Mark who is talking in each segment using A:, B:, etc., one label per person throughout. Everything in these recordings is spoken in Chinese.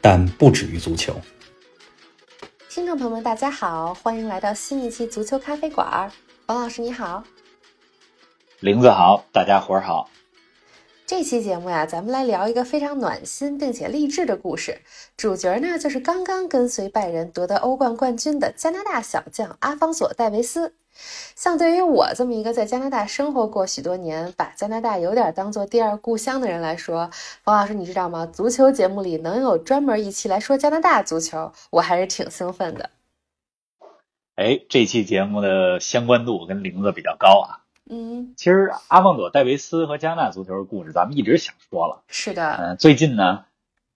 A: 但不止于足球。
B: 听众朋友们，大家好，欢迎来到新一期足球咖啡馆儿。王老师你好，
A: 林子豪，大家伙儿好。
B: 这期节目呀，咱们来聊一个非常暖心并且励志的故事。主角呢，就是刚刚跟随拜仁夺得欧冠冠军的加拿大小将阿方索·戴维斯。像对于我这么一个在加拿大生活过许多年，把加拿大有点当做第二故乡的人来说，王老师，你知道吗？足球节目里能有专门一期来说加拿大足球，我还是挺兴奋的。
C: 哎，这期节目的相关度跟玲子比较高啊。
B: 嗯，
C: 其实阿旺佐戴维斯和加拿大足球的故事，咱们一直想说了。
B: 是的，
C: 嗯、最近呢，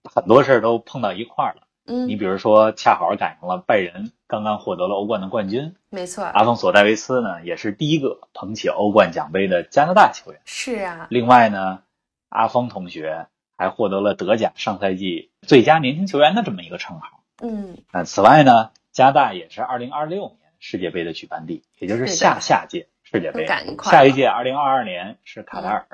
C: 很多事儿都碰到一块儿了。你
B: 嗯，
C: 比如说，恰好赶上了拜仁刚刚获得了欧冠的冠军，
B: 没错，
C: 阿方索戴维斯呢，也是第一个捧起欧冠奖杯的加拿大球员。
B: 是啊，
C: 另外呢，阿方同学还获得了德甲上赛季最佳年轻球员的这么一个称号。
B: 嗯，
C: 那此外呢，加拿大也是2026年世界杯的举办地，也就是
B: 是的
C: 下下届世界杯
B: 都。赶一块儿
C: 下一
B: 了嗯
C: 届2022年是卡塔尔，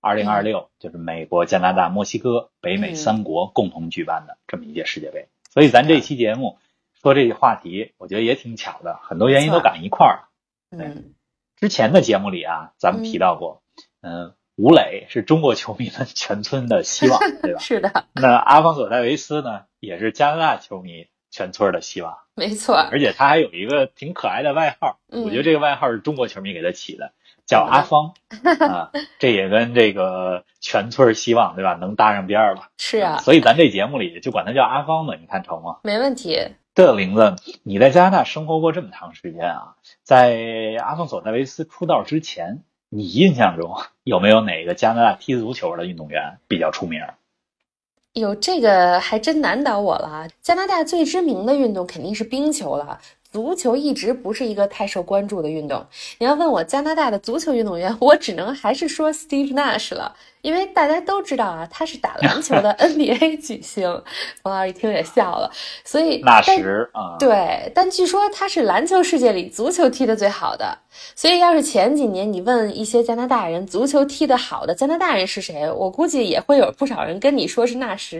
C: 2 0 2 6就是美国、加拿大、墨西哥、北美
B: 嗯
C: 三国共同举办的这么一届世界杯。所以咱这期节目说这个话题，我觉得也挺巧的，很多原因
B: 没错
C: 都赶一块儿了。
B: 嗯，
C: 之前的节目里啊，咱们提到过，嗯、吴磊是中国球迷们全村的 希望，对吧？
B: 是的，
C: 那阿方索戴维斯呢，也是加拿大球迷全村的希望。
B: 没错，
C: 而且他还有一个挺可爱的外号，
B: 嗯
C: 我觉得这个外号是中国球迷给他起的，叫阿芳
B: 嗯
C: 啊，这也跟这个全村希望对吧能搭上边儿了。
B: 是啊，
C: 所以咱这节目里就管他叫阿芳吧，你看成吗？
B: 没问题。
C: 这玲子，你在加拿大生活过这么长时间啊，在阿方索戴维斯出道之前，你印象中有没有哪个加拿大踢足球的运动员比较出名？
B: 有这个还真难倒我了啊。加拿大最知名的运动肯定是冰球了，足球一直不是一个太受关注的运动。你要问我加拿大的足球运动员，我只能还是说 Steve Nash 了，因为大家都知道啊，他是打篮球 的 NBA 巨星。王老师一听也笑了，所以
C: 那
B: 但
C: 时啊，
B: 对，但据说他是篮球世界里足球踢得最好的，所以要是前几年你问一些加拿大人足球踢得好的加拿大人是谁，我估计也会有不少人跟你说是纳什。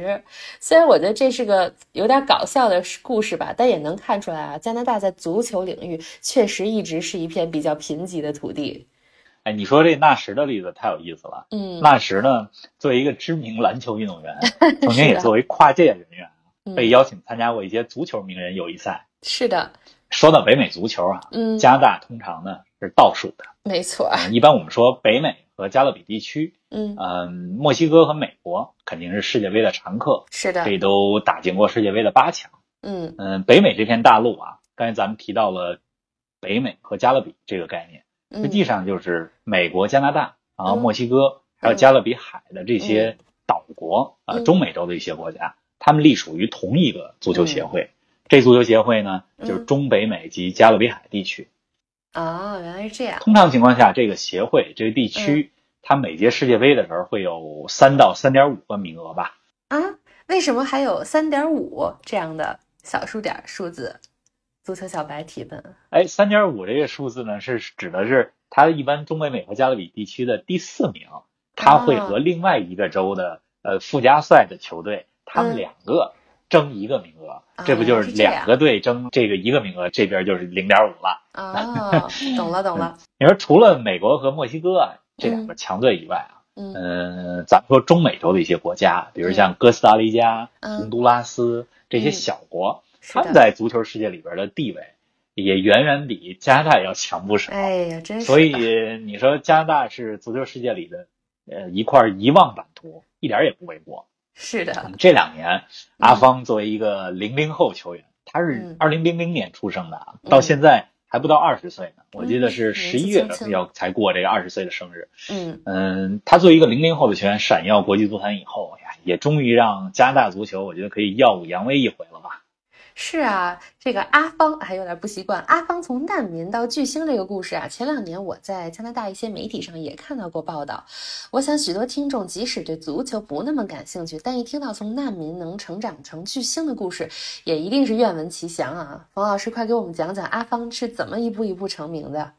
B: 虽然我觉得这是个有点搞笑的故事吧，但也能看出来啊，加拿大在足球领域确实一直是一片比较贫瘠的土地。
C: 哎，你说这纳什的例子太有意思了。
B: 嗯，
C: 纳什呢，作为一个知名篮球运动员，曾经
B: 是
C: 也
B: 的
C: 作为跨界人员
B: 嗯
C: 被邀请参加过一些足球名人友谊赛。
B: 是的，
C: 说到北美足球啊，
B: 嗯，
C: 加拿大通常呢是倒数的。
B: 没错，
C: 一般我们说北美和加勒比地区，
B: 嗯，
C: 嗯，墨西哥和美国肯定是世界杯的常客，
B: 是的，
C: 这都打进过世界杯的八强。
B: 嗯，
C: 嗯，北美这片大陆啊，刚才咱们提到了北美和加勒比这个概念。实际
B: 嗯，
C: 上就是美国、加拿大，然后
B: 嗯
C: 墨西哥，还有加勒比海的这些岛国，啊，
B: 嗯
C: 中美洲的一些国家，他们隶属于同一个足球协会。这足球协会呢，就是
B: 嗯
C: 中北美及加勒比海地区。
B: 哦，原来是这样，
C: 通常情况下，这个协会这个地
B: 嗯
C: 区，它每届世界杯的时候会有三到三点五个名额吧。
B: 啊，为什么还有三点五这样的小数点儿数字？足球小白提问。啊
C: 哎，三点五这个数字呢，是指的是它一般中北美和加勒比地区的第四名，它会和
B: 啊
C: 另外一个州的呃附加赛的球队，他
B: 嗯
C: 们两个争一个名额，
B: 啊
C: 这不就是
B: 是这样
C: 两个队争这个一个名额，这边就是零点五了。
B: 哦，懂 了懂了，
C: 你说除了美国和墨西哥啊这两个强队以外啊，
B: 嗯
C: 嗯、咱们说中美洲的一些国家，啊比如像哥斯达黎加、洪
B: 嗯，
C: 都拉斯这些
B: 嗯
C: 小国，
B: 是
C: 他们
B: 的，
C: 在足球世界里边的地位也远远比加拿大要强不少。
B: 哎呀，真是的，
C: 所以你说加拿大是足球世界里的呃一块遗忘版图，一点儿也不为过。
B: 是的，
C: 这两年，阿方作为一个零零后球员，他
B: 嗯
C: 是二零零零年出生的啊，
B: 嗯
C: 到现在还不到二十岁呢。我记得
B: 嗯
C: 是十一
B: 年
C: 月
B: 纪轻轻
C: 要才过这个二十岁的生日。
B: 嗯
C: 嗯，他作为一个零零后的球员，闪耀国际足坛以后呀，也终于让加拿大足球，我觉得可以耀武扬威一回了吧？
B: 是啊，这个阿芳还有点不习惯。阿芳从难民到巨星这个故事啊，前两年我在加拿大一些媒体上也看到过报道。我想许多听众即使对足球不那么感兴趣，但一听到从难民能成长成巨星的故事，也一定是愿闻其详啊。冯老师，快给我们讲讲阿芳是怎么一步一步成名的。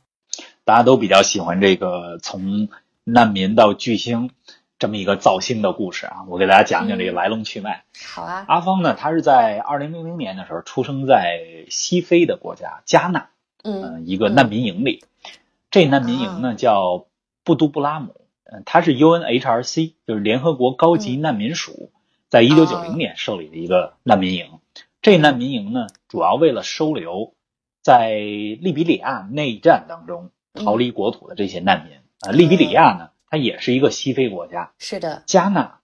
C: 大家都比较喜欢这个从难民到巨星这么一个造星的故事啊，我给大家讲讲这个来龙去脉。
B: 好啊，
C: 阿芳呢，他是在二零零零年的时候出生在西非的国家加纳，
B: 嗯
C: 嗯，一个难民营里。这难民营呢叫布都布拉姆，嗯，它是 UNHRC，就是联合国高级难民署，在一九九零年设立的一个难民营。这难民营呢，主要为了收留在利比里亚内战当中
B: 嗯
C: 逃离国土的这些难民。啊，利比里亚呢，它也是一个西非国家，
B: 嗯是的，
C: 加纳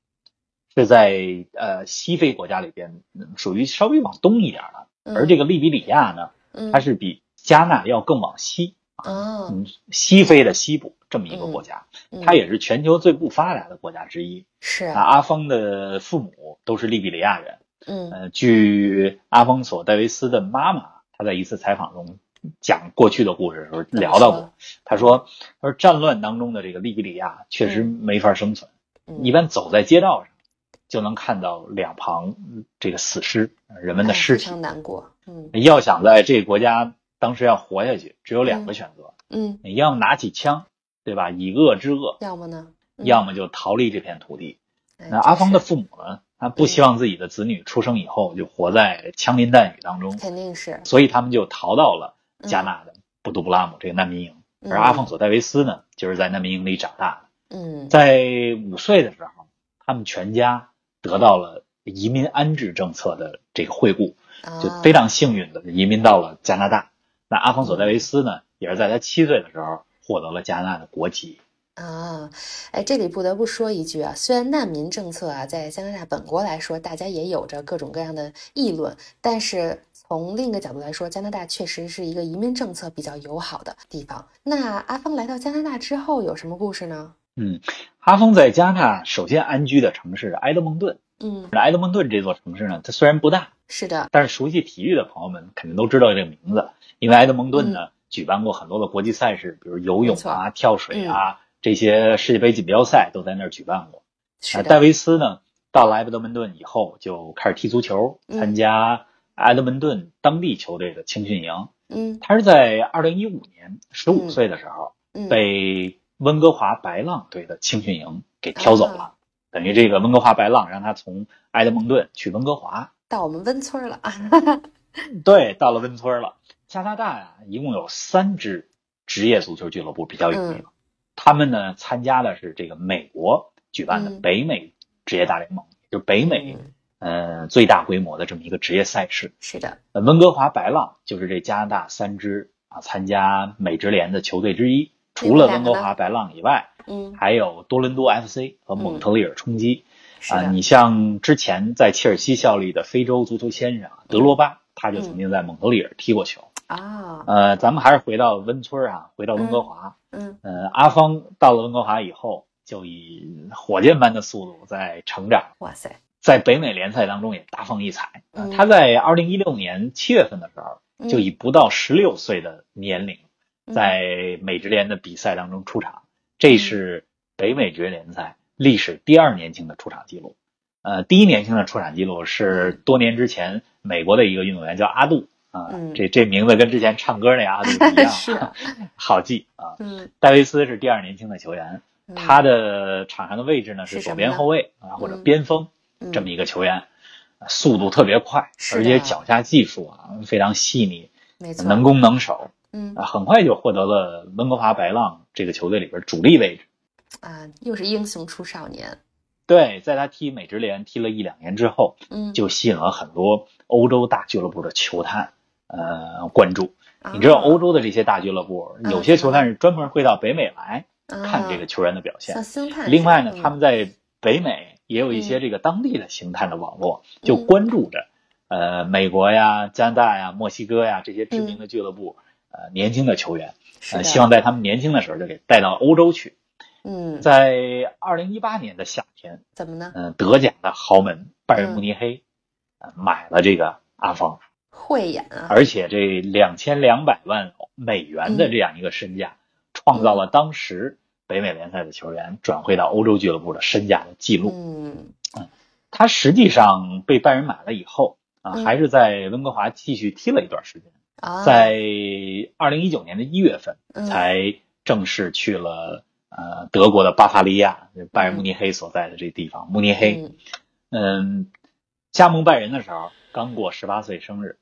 C: 是在呃西非国家里边嗯属于稍微往东一点的，
B: 嗯、
C: 而这个利比里亚呢，
B: 嗯
C: 它是比加纳要更往西，
B: 哦，嗯
C: 嗯，西非的西部这么一个国家，它也啊是全球最不发达的国家之一。
B: 是啊
C: 那阿方的父母都是利比里亚人，
B: 嗯
C: 呃，据阿方索戴维斯的妈妈，她在一次采访中讲过去的故事的时候聊到过，她说，她说战乱当中的这个利比里亚确实没法生存。
B: 嗯
C: 一般走在街道上，就能看到两旁嗯这个死尸，呃人们的
B: 哎
C: 尸
B: 非
C: 体。
B: 常难过，嗯
C: 要想在这个国家当时要活下去，只有两个选择：
B: 嗯，
C: 你要么拿起枪，对吧，以恶制恶；
B: 要么呢？嗯
C: 要么就逃离这片土地。
B: 哎
C: 那阿
B: 真
C: 芳
B: 是
C: 的父母呢，他不希望自己的子女出生以后就活在枪林弹雨当中，
B: 肯定是
C: 所以他们就逃到了加纳的布都布拉姆这个难民营。
B: 嗯
C: 而阿方，索戴维斯呢，就是在难民营里长大的。
B: 嗯嗯，
C: 在五岁的时候，他们全家得到了移民安置政策的这个惠顾，就非
B: 啊
C: 常幸运的移民到了加拿大。那阿方索戴维斯呢，也是在他七岁的时候获得了加拿大的国籍。
B: 啊，哎，这里不得不说一句啊，虽然难民政策啊在加拿大本国来说，大家也有着各种各样的议论，但是从另一个角度来说，加拿大确实是一个移民政策比较友好的地方。那阿芳来到加拿大之后有什么故事呢？
C: 嗯，阿方在加拿大首先安居的城市是埃德蒙顿。
B: 嗯，
C: 埃德蒙顿这座城市呢，它虽然不大，
B: 是的，
C: 但是熟悉体育的朋友们肯定都知道这个名字，因为埃德蒙顿呢、举办过很多的国际赛事，比如游
B: 嗯没
C: 泳
B: 错嗯
C: 啊、跳水啊、这些世界杯锦标赛都在那儿举办过。
B: 是
C: 啊，戴
B: 的，
C: 维斯呢，到了埃德蒙顿以后就开始踢足球，
B: 嗯
C: 参加埃德蒙顿当地球队的青训营。
B: 嗯
C: 他是在二零一五年十
B: 嗯
C: 五岁的时候、
B: 嗯，
C: 被温哥华白浪队的青训营给挑走了，
B: 啊
C: 等于这个温哥华白浪让他从埃德蒙顿去温哥华。
B: 到我们温村儿了啊，
C: 对，到了温村儿了。加拿大呀、一共有三支职业足球俱乐部比较有名，
B: 嗯
C: 他们呢参加的是这个美国举办的
B: 嗯
C: 北美职业大联盟，就北美
B: 嗯
C: 呃最大规模的这么一个职业赛事。
B: 是的，
C: 呃温哥华白浪就是这加拿大三支啊参加美职联的球队之一，除了温哥华白浪以外，
B: 嗯，
C: 还有多伦多 FC 和蒙特利尔冲击。
B: 是
C: 啊，
B: 的，
C: 你像之前在切尔西效力的非洲足球先生啊德罗巴，他
B: 嗯
C: 就曾经在蒙特利尔踢过球。
B: 啊，
C: 呃，咱们还是回到温村儿啊，回到温哥华。
B: 嗯
C: 呃，阿芳到了温哥华以后，就以火箭般的速度在成长，
B: 嗯哇塞，
C: 在北美联赛当中也大放异彩。呃
B: 嗯
C: 他在二零一六年七月份的时候，就以不到十六岁的年龄，
B: 嗯
C: 在美职联的比赛当中出场，这是北美职业联赛历史第二年轻的出场记录。呃，第一年轻的出场记录是多年之前美国的一个运动员叫阿杜啊、
B: 嗯
C: 这这名字跟之前唱歌那个阿杜一样，
B: 是啊
C: 好记啊。
B: 嗯，
C: 戴维斯是第二年轻的球员，
B: 嗯
C: 他的场上的位置呢
B: 是
C: 是
B: 什么
C: 左
B: 呢
C: 边后卫啊或者
B: 嗯
C: 边锋
B: 嗯
C: 这么一个球员，呃速度特别快，
B: 是的
C: 而且脚下技术啊非常细腻，
B: 没错，
C: 能攻能守。
B: 嗯
C: 啊，很快就获得了温哥华白浪这个球队里边主力位置。
B: 啊，又是英雄出少年，
C: 对，在他踢美职联踢了一两年之后，
B: 嗯，
C: 就吸引了很多欧洲大俱乐部的球探呃关注。
B: 啊
C: 你知道欧洲的这些大俱乐部，
B: 嗯
C: 有些球探是专门会到北美来看这个
B: 啊
C: 球员的表现
B: 像。星探似的，
C: 另外呢，
B: 嗯
C: 他们在北美也有一些
B: 嗯
C: 这个当地的星探的网络，就
B: 嗯
C: 关注着呃美国呀、加拿大呀、墨西哥呀这些知名的俱乐部呃年轻的球员。
B: 嗯是
C: 呃，
B: 的
C: 希望在他们年轻的时候就给带到欧洲去。
B: 嗯，
C: 在二零一八年的夏天，
B: 怎么呢？
C: 嗯、德甲的豪门拜仁慕尼黑、
B: 嗯
C: 呃买了这个阿方，
B: 慧眼啊，
C: 而且这两千两百万美元的这样一个身
B: 嗯
C: 价，创造了当时北美联赛的球员转会到欧洲俱乐部的身价的记录。
B: 嗯
C: 他实际上被拜仁买了以后啊、
B: 嗯
C: 还是在温哥华继续踢了一段时间，
B: 啊，
C: 在二零一九年的一月份
B: 嗯
C: 才正式去了呃德国的巴伐利亚，拜仁慕尼黑所在的这地方。慕尼黑，
B: 嗯
C: 嗯，加盟拜仁的时候刚过十八岁生日，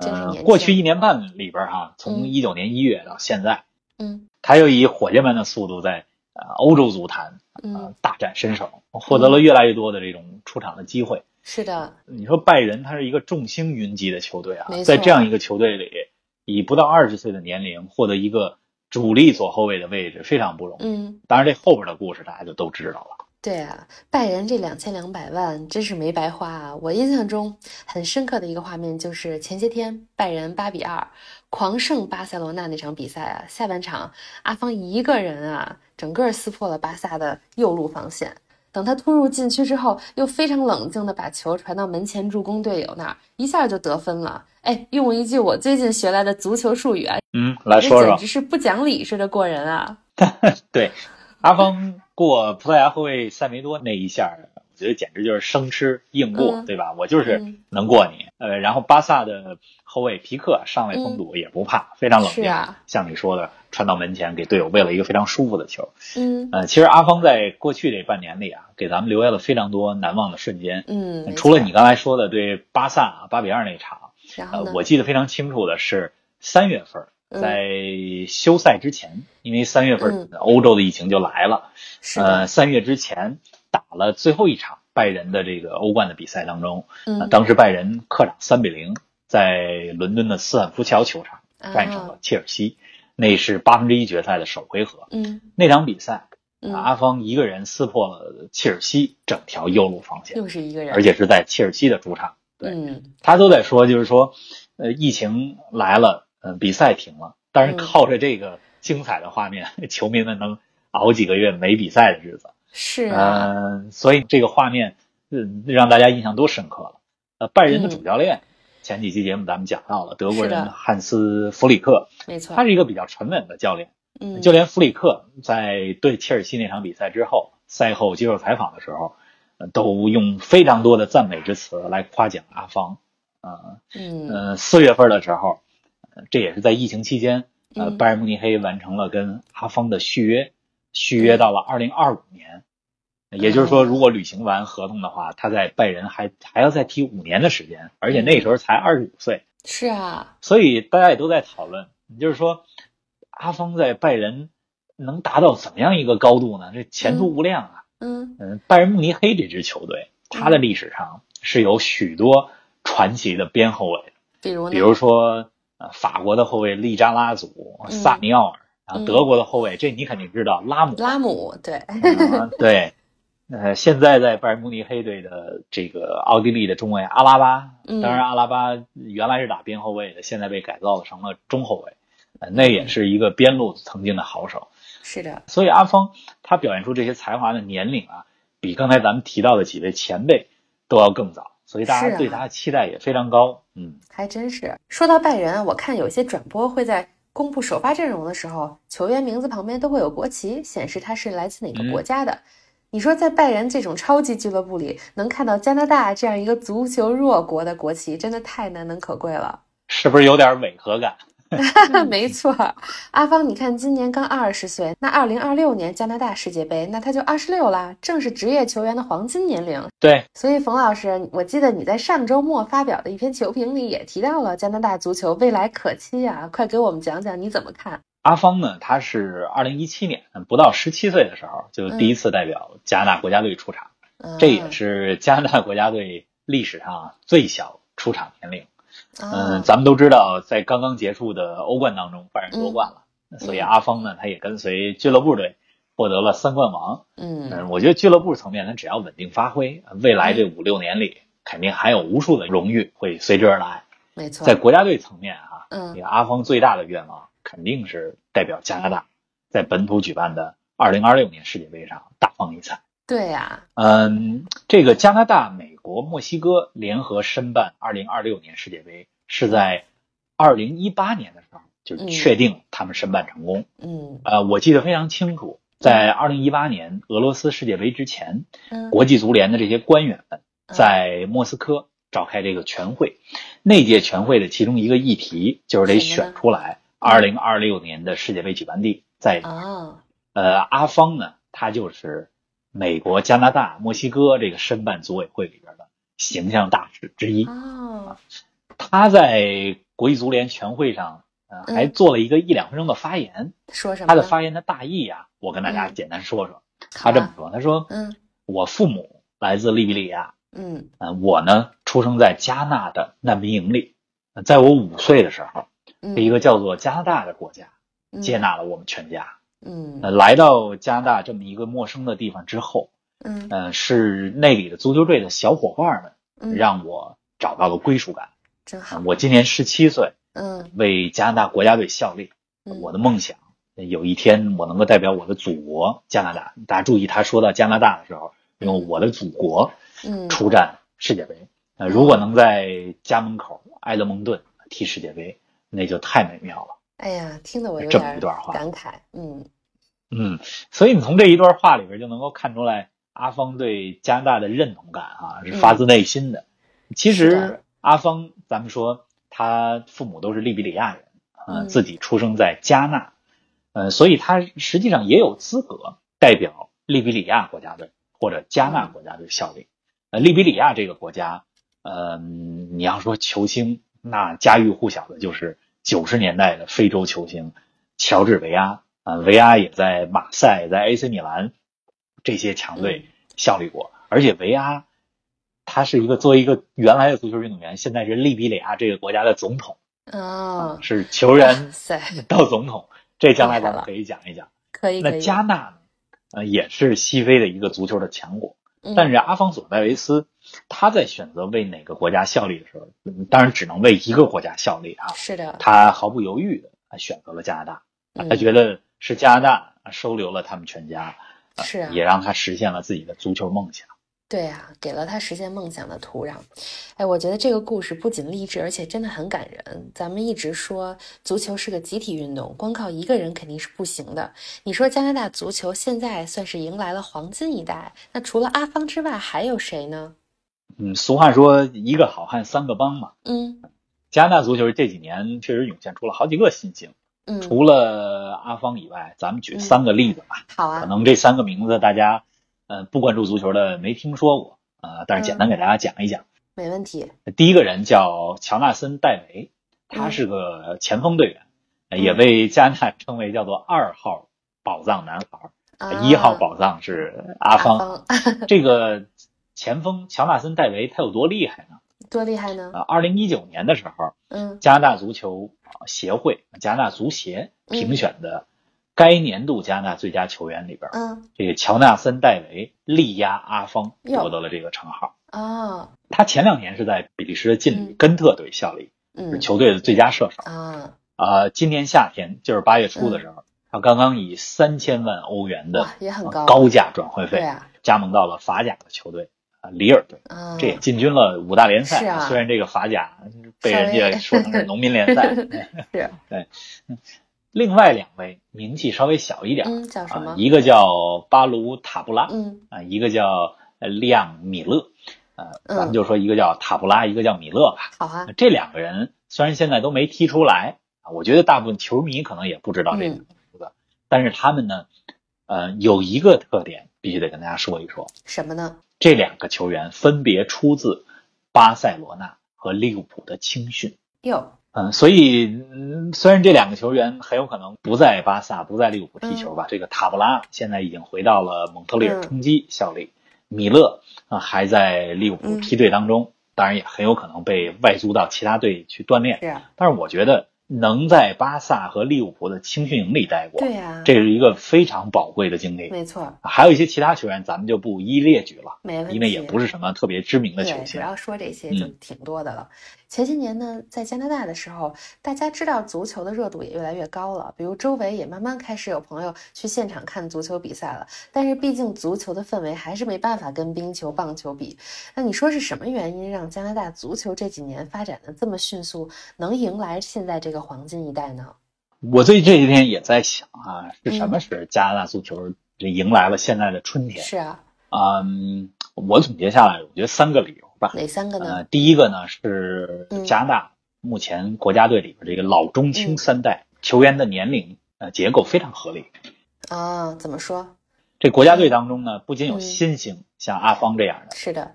B: 真是年
C: 呃，
B: 轻啊
C: 过去一年半里边哈、从
B: 嗯
C: 一九年一月到现在，
B: 嗯
C: 他又以火箭般的速度在呃欧洲足坛
B: 嗯
C: 呃，大展身手，获得了越来越多的这种出场的机会。
B: 是的，
C: 你说拜仁，他是一个众星云集的球队啊
B: 没，错
C: 在这样一个球队里，以不到二十岁的年龄获得一个主力左后卫的位置，非常不容易。
B: 嗯，
C: 当然，这后边的故事大家就都知道了。嗯
B: 对啊，拜仁这两千两百万真是没白花啊！我印象中很深刻的一个画面就是前些天拜仁八比二狂胜巴塞罗那那场比赛啊，下半场阿方一个人啊，整个撕破了巴萨的右路防线。等他突入禁区之后，又非常冷静的把球传到门前助攻队友那儿，一下就得分了。哎，用一句我最近学来的足球术语啊，
C: 嗯，来
B: 这
C: 说
B: 简
C: 说
B: 直是不讲理似的过人啊！
C: 对阿方过葡萄牙后卫塞梅多那一下，我觉得简直就是生吃硬过，
B: 嗯
C: 对吧？我就是
B: 嗯
C: 能过你。呃，然后巴萨的后卫皮克上来封堵也不怕，非常冷
B: 嗯是
C: 静。
B: 啊，
C: 像你说的，传到门前给队友喂了一个非常舒服的球。
B: 嗯
C: 呃，其实阿芳在过去这半年里啊，给咱们留下了非常多难忘的瞬间。
B: 嗯，没
C: 除了
B: 错
C: 你，刚才说的对巴萨八比二那场，
B: 然
C: 呃
B: 后呢，？
C: 我记得非常清楚的是三月份
B: 嗯
C: 在休赛之前，因为三月份欧洲的疫情就来了，
B: 是
C: 呃，
B: 的，
C: 三月之前打了最后一场拜仁的这个欧冠的比赛当中，呃
B: 嗯，
C: 当时拜仁客场三比零在伦敦的斯坦福桥球场战胜
B: 啊
C: 了切尔西，那是八分之一决赛的首回合，
B: 嗯
C: 那场比赛。
B: 嗯，
C: 阿方一个人撕破了切尔西整条右路防线，
B: 又是一个人，
C: 而且是在切尔西的主场。对
B: 嗯
C: 他都在说，就是说，呃，疫情来了，呃，比赛停了，但
B: 嗯
C: 是靠着这个精彩的画面， 球迷们能熬几个月没比赛的日子。
B: 是
C: 嗯、
B: 啊，
C: 所以这个画面，嗯、让大家印象多深刻了。呃，拜仁的
B: 嗯
C: 主教练，前几期节目咱们讲到了，德国
B: 是的
C: 人汉斯弗里克，
B: 没错
C: 他，是一个比较沉稳的教练。
B: 嗯，
C: 就连弗里克在对切尔西那场比赛之后，赛后接受采访的时候，呃都用非常多的赞美之词来夸奖阿方。啊，
B: 嗯
C: 呃，四月份的时候，呃这也是在疫情期间，呃，
B: 嗯
C: 拜仁慕尼黑完成了跟阿方的续约，续约到了二零二五年。也就是说，
B: 嗯
C: 如果履行完合同的话，他在拜仁还还要再踢五年的时间，而且那时候才二十五岁，
B: 是啊，
C: 所以大家也都在讨论，就是说阿方在拜仁能达到怎么样一个高度呢？这前途无量啊！
B: 嗯
C: 嗯，拜仁慕尼黑这支球队，它的历史上是有许多传奇的边后卫，
B: 比如呢，
C: 比如说呃法国的后卫利扎拉祖、
B: 嗯
C: 萨尼奥尔，然
B: 嗯
C: 后德国的后卫，这你肯定知道，拉姆。
B: 拉姆，对，
C: 嗯对，呃，现在在拜仁慕尼黑队的这个奥地利的中卫阿拉巴，
B: 嗯
C: 当然阿拉巴原来是打边后卫的，现在被改造成了中后卫，呃，那
B: 嗯
C: 也是一个边路曾经的好手。
B: 是的，
C: 所以阿方他表现出这些才华的年龄啊，比刚才咱们提到的几位前辈都要更早，所以大
B: 是
C: 家
B: 啊
C: 对他的期待也非常高。嗯，
B: 还真是。说到拜仁啊，我看有些转播会在公布首发阵容的时候，球员名字旁边都会有国旗，显示他是来自哪个国家的。你说在拜仁这种超级俱乐部里，能看到加拿大这样一个足球弱国的国旗，真的太难能可贵了。
C: 是不是有点违和感？
B: 没错，阿芳，你看今年刚二十岁，那二零二六年加拿大世界杯，那他就二十六啦，正是职业球员的黄金年龄。
C: 对，
B: 所以，冯老师，我记得你在上周末发表的一篇球评里也提到了加拿大足球未来可期啊，快给我们讲讲你怎么看？
C: 阿方呢，他是二零一七年
A: 嗯
C: 不到十七岁的时候，就第一次代表加拿大国家队出场，
B: 嗯、
C: 这也是加拿大国家队历史上最小出场年龄。
B: 啊
C: 嗯，，咱们都知道，在刚刚结束的欧冠当中，拜仁夺冠了，所以阿方呢，他也跟随俱乐部队获得了三冠王。
B: 嗯，
C: 嗯，我觉得俱乐部层面，他只要稳定发挥，未来这五六年里，肯定还有无数的荣誉会随之而来。
B: 没错，
C: 在国家队层面啊，
B: 嗯
C: 这个阿方最大的愿望肯定是代表加拿大在本土举办的
A: 二零二六年世界杯上大放异彩。
B: 对啊呀、
A: 嗯，这个加拿大、美国、墨西哥联合申办二零二六年世界杯，是在二零一八年的时候就
B: 嗯
A: 确定他们申办成功。
B: 嗯
A: 呃，我记得非常清楚，在二零一八年俄罗斯世界杯之前，
B: 嗯，
A: 国际足联的这些官员们
B: 嗯
A: 在莫斯科召开这个全会。那届全会的其中一个议题就是得
B: 什么呢
A: 选出来二零二六年的世界杯举办地在哪儿。
B: 啊，
A: 呃，阿方呢，他就是美国、加拿大、墨西哥这个申办组委会里边的形象大使之一。
B: 哦，
A: 他在国际足联全会上，呃，
B: 嗯
A: 还做了一个一两分钟的发言。
B: 说什么
A: 他
B: 呢？
A: 的发言的大意啊，我跟大家
B: 嗯
A: 简单说说。
B: 好
A: 他这么
B: 啊，
A: 说，他说
B: 嗯
A: 我父母来自利比里亚，
B: 嗯
A: 呃，我呢出生在加纳的难民营里，呃在我五岁的时候，
B: 嗯，
A: 一个叫做加拿大的国家
B: 嗯
A: 接，纳了我们全家。
B: 嗯
A: 呃，来到加拿大这么一个陌生的地方之后，
B: 嗯
A: 呃，是那里的足球队的小伙伴
B: 嗯，
A: 们让我找到了归属感。
B: 真
A: 呃
B: 好，
A: 我今年十七岁，
B: 嗯，
A: 为加拿大国家队效力，
B: 嗯
A: 我的梦想。有一天我能够代表我的祖国加拿大，大家注意他说到加拿大的时候，用我的祖国
B: 嗯
A: 出战世界杯。呃，如果能在家门口埃德蒙顿踢世界杯，那就太美妙了。
B: 哎呀，听得我有
A: 这么
B: 点
A: 一段话
B: 感慨，嗯
A: 嗯，所以你从这一段话里边就能够看出来，阿芳对加拿大的认同感啊，是发自内心的。其
B: 嗯是
A: 实
B: 的
A: 阿芳，咱们说他父母都是利比里亚人，呃，
B: 嗯
A: 自己出生在加纳，呃，所以他实际上也有资格代表利比里亚国家队或者加
B: 嗯
A: 纳国家队效力。呃，利比里亚这个国家，呃，你要说球星，那家喻户晓的就是九十年代的非洲球星乔治维阿啊、维阿也在马赛、在 AC 米兰这些强
B: 嗯
A: 队效力过，而且维阿他是一个作为一个原来的足球运动员，现在是利比里亚这个国家的总统，
B: 哦，
A: 是球员
B: 哇塞，
A: 到 总统，这将来
B: 厉害
A: 咱们
B: 了
A: 可以讲一讲。
B: 可以可
A: 那
B: 以，
A: 加纳呢，呃，也是西非的一个足球的强国，
B: 嗯
A: 但是阿方索戴维斯他在选择为哪个国家效力的时候，嗯当然只能为一个国家效力啊，
B: 是的，
A: 他毫不犹豫的选择了加拿大，啊他
B: 嗯
A: 觉得是加拿大啊收留了他们全家，呃
B: 是啊
A: 也让他实现了自己的足球梦想。
B: 对啊，给了他实现梦想的土壤。哎，我觉得这个故事不仅励志，而且真的很感人。咱们一直说足球是个集体运动，光靠一个人肯定是不行的。你说加拿大足球现在算是迎来了黄金一代，那除了阿方之外，还有谁呢？
A: 嗯，俗话说一个好汉三个帮嘛，
B: 嗯
A: 加拿大足球这几年确实涌现出了好几个新星，
B: 嗯，
A: 除了阿方以外，咱们举
B: 嗯
A: 三个例子吧。
B: 好
A: 可
B: 啊，
A: 能这三个名字大家，呃，不关注足球的没听说过，呃，但是简单
B: 嗯
A: 给大家讲一讲。
B: 没问题。
A: 第一个人叫乔纳森·戴维，他
B: 嗯
A: 是个前锋队员，呃也
B: 嗯
A: 被加拿大称为叫做二号宝藏男孩，
B: 啊，
A: 一号宝藏是阿
B: 阿
A: 方。这个前锋乔纳森·戴维他有多厉害呢？
B: 多厉害呢
A: 呃，？二零一九年的时候，
B: 嗯
A: 加拿大足球呃协会加拿大足协
B: 嗯
A: 评选的该年度加拿大最佳球员里边。
B: 嗯
A: 这个乔纳森·戴维力压阿方，
B: 哟
A: 夺得了这个称号。
B: 哦
A: 他前两年是在比利时的劲旅
B: 嗯
A: 根特队效力，是
B: 嗯
A: 球队的最佳射手。
B: 啊
A: 啊、今年夏天就是八月初的时候，他刚刚以三千万欧元的
B: 嗯哇也很
A: 呃
B: 高啊
A: 高价转会
B: 对
A: 费
B: 啊
A: 加盟到了法甲的球队啊里尔队，
B: 啊
A: 这也进军了五大联赛。
B: 是啊
A: 虽然这个法甲被
B: 稍
A: 人
B: 微
A: 家说成是农民
B: 嗯
A: 联赛。
B: 是
A: 另外两位名气稍微小一点儿
B: 嗯叫什
A: 啊、
B: 么？
A: 一个叫巴卢塔布拉，
B: 嗯
A: 啊，一个叫呃利昂米勒，呃，咱们
B: 嗯
A: 就说一个叫塔布拉，一个叫米勒吧。
B: 好啊
A: 这两个人虽然现在都没踢出来啊，我觉得大部分球迷可能也不知道这两个名字，但是他们呢，呃，有一个特点必须得跟大家说一说，
B: 什么呢？
A: 这两个球员分别出自巴塞罗那和利物浦的青训。
B: 哟
A: 嗯，所以嗯，虽然这两个球员很有可能不在巴萨、不在利物浦踢
B: 嗯
A: 球吧，这个塔布拉现在已经回到了蒙特利尔冲击效力，米勒啊、还在利物浦
B: 嗯
A: 梯队当中，当然也很有可能被外租到其他队去锻炼。
B: 是啊
A: 但是我觉得能在巴萨和利物浦的青训营里待过，
B: 对呀、
A: 这是一个非常宝贵的经历。
B: 没错，
A: 还有一些其他球员，咱们就不一一列举了，
B: 没问题。
A: 因为也不是什么特别知名的球
B: 对，主
A: 星。
B: 要说这些就
A: 嗯
B: 挺多的了。前些年呢，在加拿大的时候，大家知道足球的热度也越来越高了，比如周围也慢慢开始有朋友去现场看足球比赛了。但是毕竟足球的氛围还是没办法跟冰球、棒球比。那你说是什么原因让加拿大足球这几年发展的这么迅速，能迎来现在这个黄金一代呢？
A: 我最近这几天也在想啊，是
B: 嗯
A: 什么使加拿大足球这迎来了现在的春天？
B: 是啊，
A: 嗯，我总结下来，我觉得三个理由吧。
B: 哪三个呢？
A: 呃，第一个呢是
B: 嗯
A: 加拿大目前国家队里边这个老中青三代球员的年龄呃结构非常合理。呃
B: 啊，怎么说？
A: 这国家队当中呢，不仅有
B: 嗯
A: 新星，像阿方这样的，
B: 是的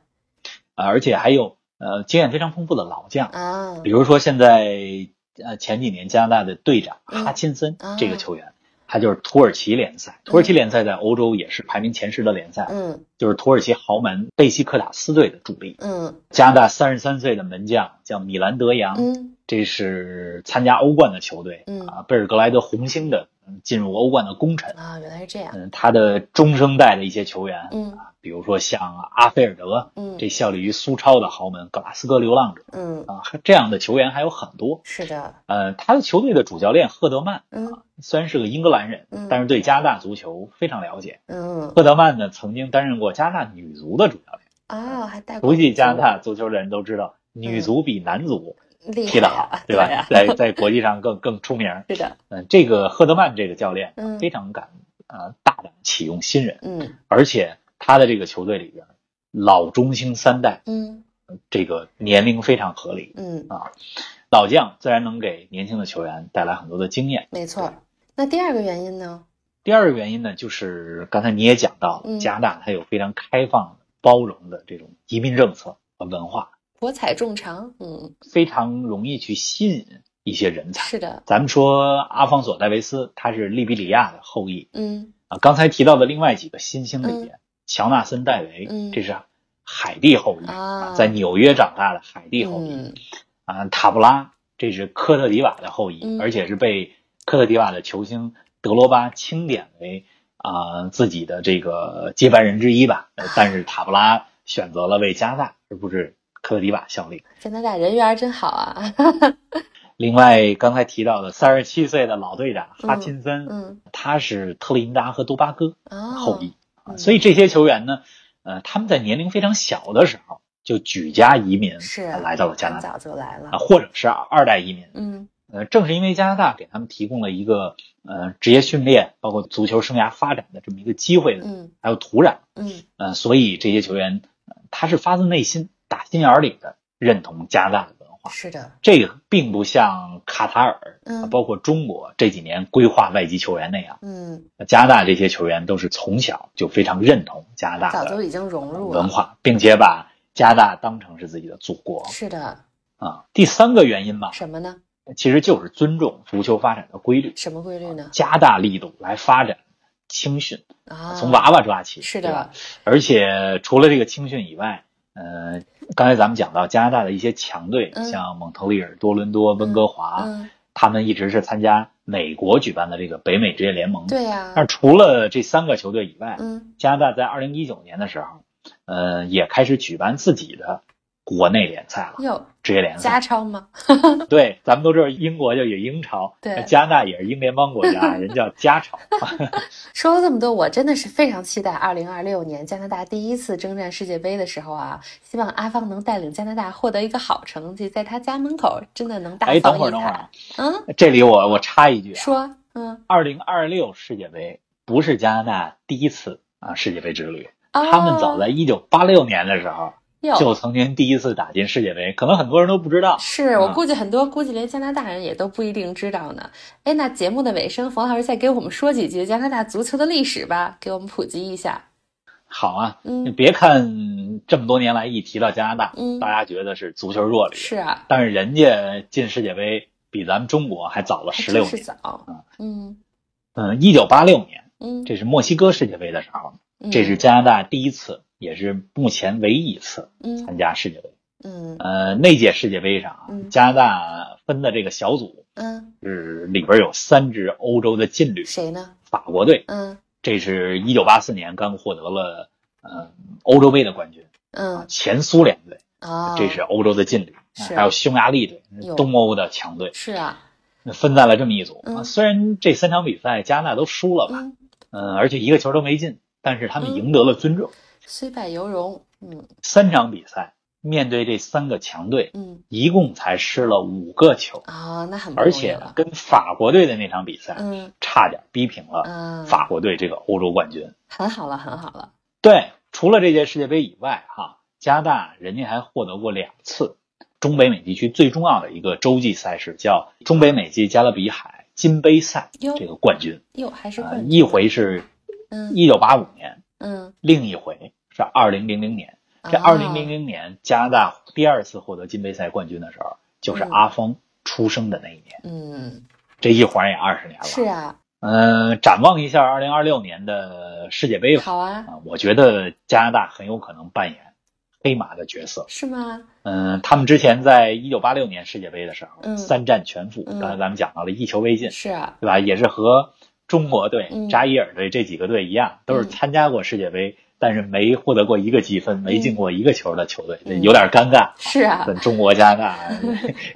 A: 呃而且还有呃经验非常丰富的老将，
B: 啊
A: 比，如说现在呃前几年加拿大的队长
B: 嗯嗯
A: 哈钦森
B: 啊
A: 这个球员，他就是土耳其联赛，土耳其联赛在欧洲也是排名前十的联赛，
B: 嗯
A: 就是土耳其豪门贝西克塔斯队的主力。
B: 嗯
A: 加拿大三十三岁的门将叫米兰德扬，
B: 嗯
A: 这是参加欧冠的球队，
B: 嗯
A: 啊，贝尔格莱德红星的嗯进入欧冠的功臣。
B: 啊，原来是这样。
A: 嗯，他的中生代的一些球员，
B: 嗯
A: 比如说像阿菲尔德，
B: 嗯
A: 这效力于苏超的豪门格拉斯哥流浪者
B: 嗯，
A: 啊，这样的球员还有很多。
B: 是的，
A: 呃，他的球队的主教练赫德曼
B: 嗯
A: 虽然是个英格兰人，
B: 嗯
A: 啊但是对加拿大足球非常了解。
B: 嗯
A: 赫德曼呢，曾经担任过加拿大女足的主教练。
B: 啊，还带过
A: 熟悉加拿
B: 足
A: 大足球的人都知道，女足比男足
B: 厉害
A: 踢得
B: 呀
A: 好，对吧？
B: 呀
A: 在在国际上更更出名。
B: 是的，
A: 嗯，这个赫德曼这个教练
B: 嗯
A: 非常敢呃大胆启用新人，
B: 嗯
A: 而且他的这个球队里边老中青三代
B: 嗯
A: 这个年龄非常合理，
B: 嗯，
A: 老将自然能给年轻的球员带来很多的经验。
B: 没错儿。那第二个原因呢？
A: 第二个原因呢，就是刚才你也讲到
B: 嗯
A: 了，加拿大它有非常开放、包容的这种移民政策和文化，
B: 博采众长，嗯，
A: 非常容易去吸引一些人才。
B: 是的，
A: 咱们说阿方索·戴维斯，他是利比里亚的后裔
B: 嗯
A: 啊。刚才提到的另外几个新星里边，乔纳森·戴维，
B: 嗯
A: 这是海地后裔
B: 啊
A: 在纽约长大的海地后裔、
B: 嗯
A: 啊。塔布拉，这是科特迪瓦的后裔，
B: 嗯
A: 而且是被科特迪瓦的球星德罗巴钦点为啊、自己的这个接班人之一吧。呃但是塔布拉选择了为加拿大，而不是科特迪瓦效力。
B: 加拿大人缘儿真好啊，
A: 另外，刚才提到的三十七岁的老队长
B: 嗯
A: 哈钦森，
B: 嗯
A: 他是特立尼达和多巴哥
B: 啊，
A: 后裔，
B: 嗯
A: 所以这些球员呢，呃，他们在年龄非常小的时候就举家移民
B: 是
A: 来到了加拿
B: 很
A: 大
B: 早就来了
A: 啊，，或者是二代移民。
B: 嗯
A: 呃，正是因为加拿大给他们提供了一个呃职业训练，包括足球生涯发展的这么一个机会，
B: 嗯
A: 还有土壤，
B: 嗯
A: 呃，所以这些球员、呃他是发自内心、打心眼儿里的认同加拿大的文化。
B: 是的，
A: 这个并不像卡塔尔，
B: 嗯
A: 包括中国这几年规划外籍球员那样，
B: 嗯，
A: 加拿大这些球员都是从小就非常认同加拿大
B: 早就
A: 的
B: 已经融入了
A: 文，化，并且把加拿大当成是自己的祖国
B: 是的，
A: 啊。第三个原因吧，
B: 什么呢？
A: 其实就是尊重足球发展的规律，
B: 什么规律呢？
A: 加大力度来发展青训，
B: 啊，
A: 从娃娃抓起，
B: 是
A: 对吧
B: 的，，
A: 而且除了这个青训以外，呃，刚才咱们讲到加拿大的一些强队，
B: 嗯
A: 像蒙特利尔、多伦多、温哥华。
B: 嗯，
A: 他们一直是参加美国举办的这个北美职业联盟。
B: 对呀，
A: 但除了这三个球队以外，
B: 嗯
A: 加拿大在二零一九年的时候，呃，也开始举办自己的国内联赛了，
B: 哟，
A: 职业联
B: 加
A: 赛。
B: 超吗？
A: 对，咱们都知道英国就有英超，
B: 对
A: 哎加拿大也是英联邦国家，人叫加超。
B: 说了这么多，我真的是非常期待二零二六年加拿大第一次征战世界杯的时候啊，希望阿方能带领加拿大获得一个好成绩，在他家门口真的能大
A: 哎，等
B: 放
A: 会
B: 异
A: 儿，等会儿啊
B: 彩。，嗯，
A: 这里我我插一句啊，
B: 说，嗯，
A: 二零二六世界杯不是加拿大第一次啊世界杯之旅，
B: 啊
A: 他们早在一九八六年的时候就
B: 哟，
A: 曾经第一次打进世界杯，可能很多人都不知道。
B: 是我
A: 啊
B: 估计很多，估计连加拿大人也都不一定知道呢。哎，那节目的尾声，冯老师再给我们说几句加拿大足球的历史吧，给我们普及一下。
A: 好啊，你
B: 嗯
A: 别看这么多年来一提到加拿大，
B: 嗯
A: 大家觉得是足球弱旅，
B: 是啊，
A: 但是人家进世界杯比咱们中国还早了
B: 还
A: 十
B: 真
A: 六
B: 是
A: 年。
B: 早，嗯
A: 嗯，一九八六年，
B: 嗯，
A: 这是墨西哥世界杯的时候，
B: 嗯
A: 这是加拿大第一次，也是目前唯一一次
B: 嗯
A: 参加世界杯。
B: 嗯
A: 呃，那届世界杯上啊
B: 嗯，
A: 加拿大分的这个小组
B: 嗯，
A: 是里边有三支欧洲的劲旅，
B: 谁呢？
A: 法国队，
B: 嗯
A: 这是一九八四年刚获得了呃欧洲杯的冠军啊
B: 嗯，
A: 前苏联队，
B: 哦，
A: 啊这是欧洲的劲旅，
B: 是
A: 还有匈牙利队
B: 哟，
A: 东欧的强队，
B: 是啊，
A: 分在了这么一组。
B: 嗯
A: 啊虽然这三场比赛加拿大都输了吧，
B: 嗯，
A: 嗯、而且一个球都没进，但是他们
B: 嗯
A: 赢得了尊重。
B: 虽败犹荣，嗯
A: 三场比赛面对这三个强队，
B: 嗯，
A: 一共才失了五个球，
B: 哦，那很不容
A: 而
B: 易
A: 且呢
B: 了，
A: 跟法国队的那场比赛、
B: 嗯
A: 差点逼平了
B: 嗯，
A: 法国队这个欧洲冠军。
B: 很好了，很好了，
A: 对，除了这届世界杯以外，哈，加拿大人家还获得过两次中北美地区最重要的一个洲际赛事，叫中北美及加勒比海金杯赛
B: 哟
A: 这个冠军
B: 哟，还是
A: 啊、
B: 冠军，
A: 一回是
B: 嗯
A: 一九八五年，
B: 嗯，哦
A: 另一回是二零零零年。
B: 啊
A: 这二零
B: 零，
A: 零零年加拿大第二次获得金杯赛冠军的时候，就是
B: 嗯
A: 阿峰出生的那一年。
B: 嗯，
A: 这一晃也二十年了。
B: 是啊，
A: 嗯、展望一下二零二六年的世界杯吧。
B: 好啊，
A: 啊，我觉得加拿大很有可能扮演黑马的角色。
B: 是吗？
A: 嗯，他们之前在一九八六年世界杯的时候，
B: 嗯
A: 三战全负，
B: 嗯
A: 刚才咱们讲到了一球未进，
B: 是啊，
A: 对吧？也是和中国队、
B: 嗯
A: 扎伊尔队这几个队一样，都是
B: 嗯
A: 参加过世界杯，但是没获得过一个积分，没进过一个球的球队，
B: 嗯
A: 有点尴尬。
B: 是啊，
A: 跟中国、加拿 大、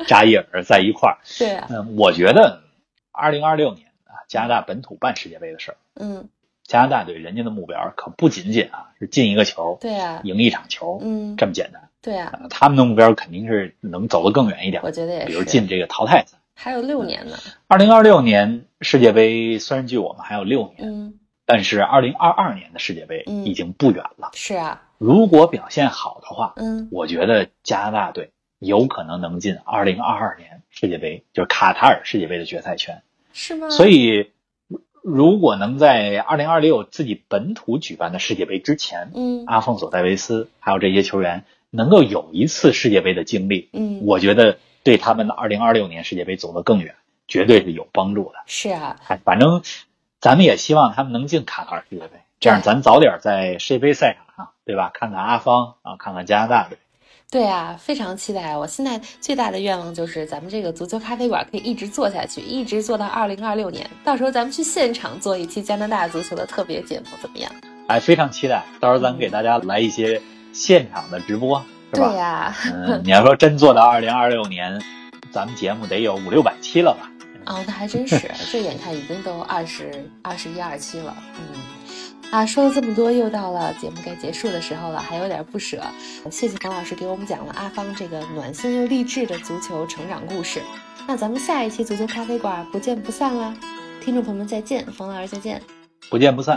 A: 扎伊尔在一块儿，
B: 对啊，
A: 嗯，我觉得二零二六年啊，加拿大本土办世界杯的事儿，
B: 嗯，
A: 加拿大对人家的目标可不仅仅啊是进一个球，
B: 对啊，
A: 赢一场球
B: 嗯，
A: 这么简单。
B: 对啊，
A: 呃他们的目标肯定是能走得更远一点
B: 我，觉得也
A: 比如嗯
B: 是，
A: 进这个淘汰赛。
B: 还有六年呢，
A: 二零二六年世界杯虽然距我们还有六年，
B: 嗯，
A: 但是二零二二年的世界杯
B: 嗯
A: 已经不远了。
B: 是啊，
A: 如果表现好的话，
B: 嗯，
A: 我觉得加拿大队有可能能进二零二二年世界杯，就是卡塔尔世界杯的决赛圈。
B: 是吗？
A: 所以，如如果能在二零二六自己本土举办的世界杯之前，
B: 嗯
A: 阿方索·戴维斯还有这些球员能够有一次世界杯的经历，
B: 嗯，
A: 我觉得对他们的2026年世界杯走得更远，绝对是有帮助的。
B: 是啊，
A: 哎反正咱们也希望他们能进卡塔尔世界杯，这样咱早点在世界杯赛场上，对吧？看看阿方啊，看看加拿大队。
B: 对啊，非常期待。我现在最大的愿望就是咱们这个足球咖啡馆可以一直做下去，一直做到二零二六年。到时候咱们去现场做一期加拿大足球的特别节目，怎么样？
A: 哎，非常期待，到时候咱们给大家来一些现场的直播，是
B: 对啊
A: 吧？
B: 呀、
A: 嗯，你要说真做到2026年，咱们节目得有五六百期了吧？
B: 哦，那还真是，这眼看已经都二十二十一二期了，嗯。啊，说了这么多，又到了节目该结束的时候了，还有点不舍。谢谢冯老师给我们讲了阿芳这个暖心又励志的足球成长故事。那咱们下一期足球咖啡馆不见不散啦！听众朋友们再见，冯老师再见。
A: 不见不散。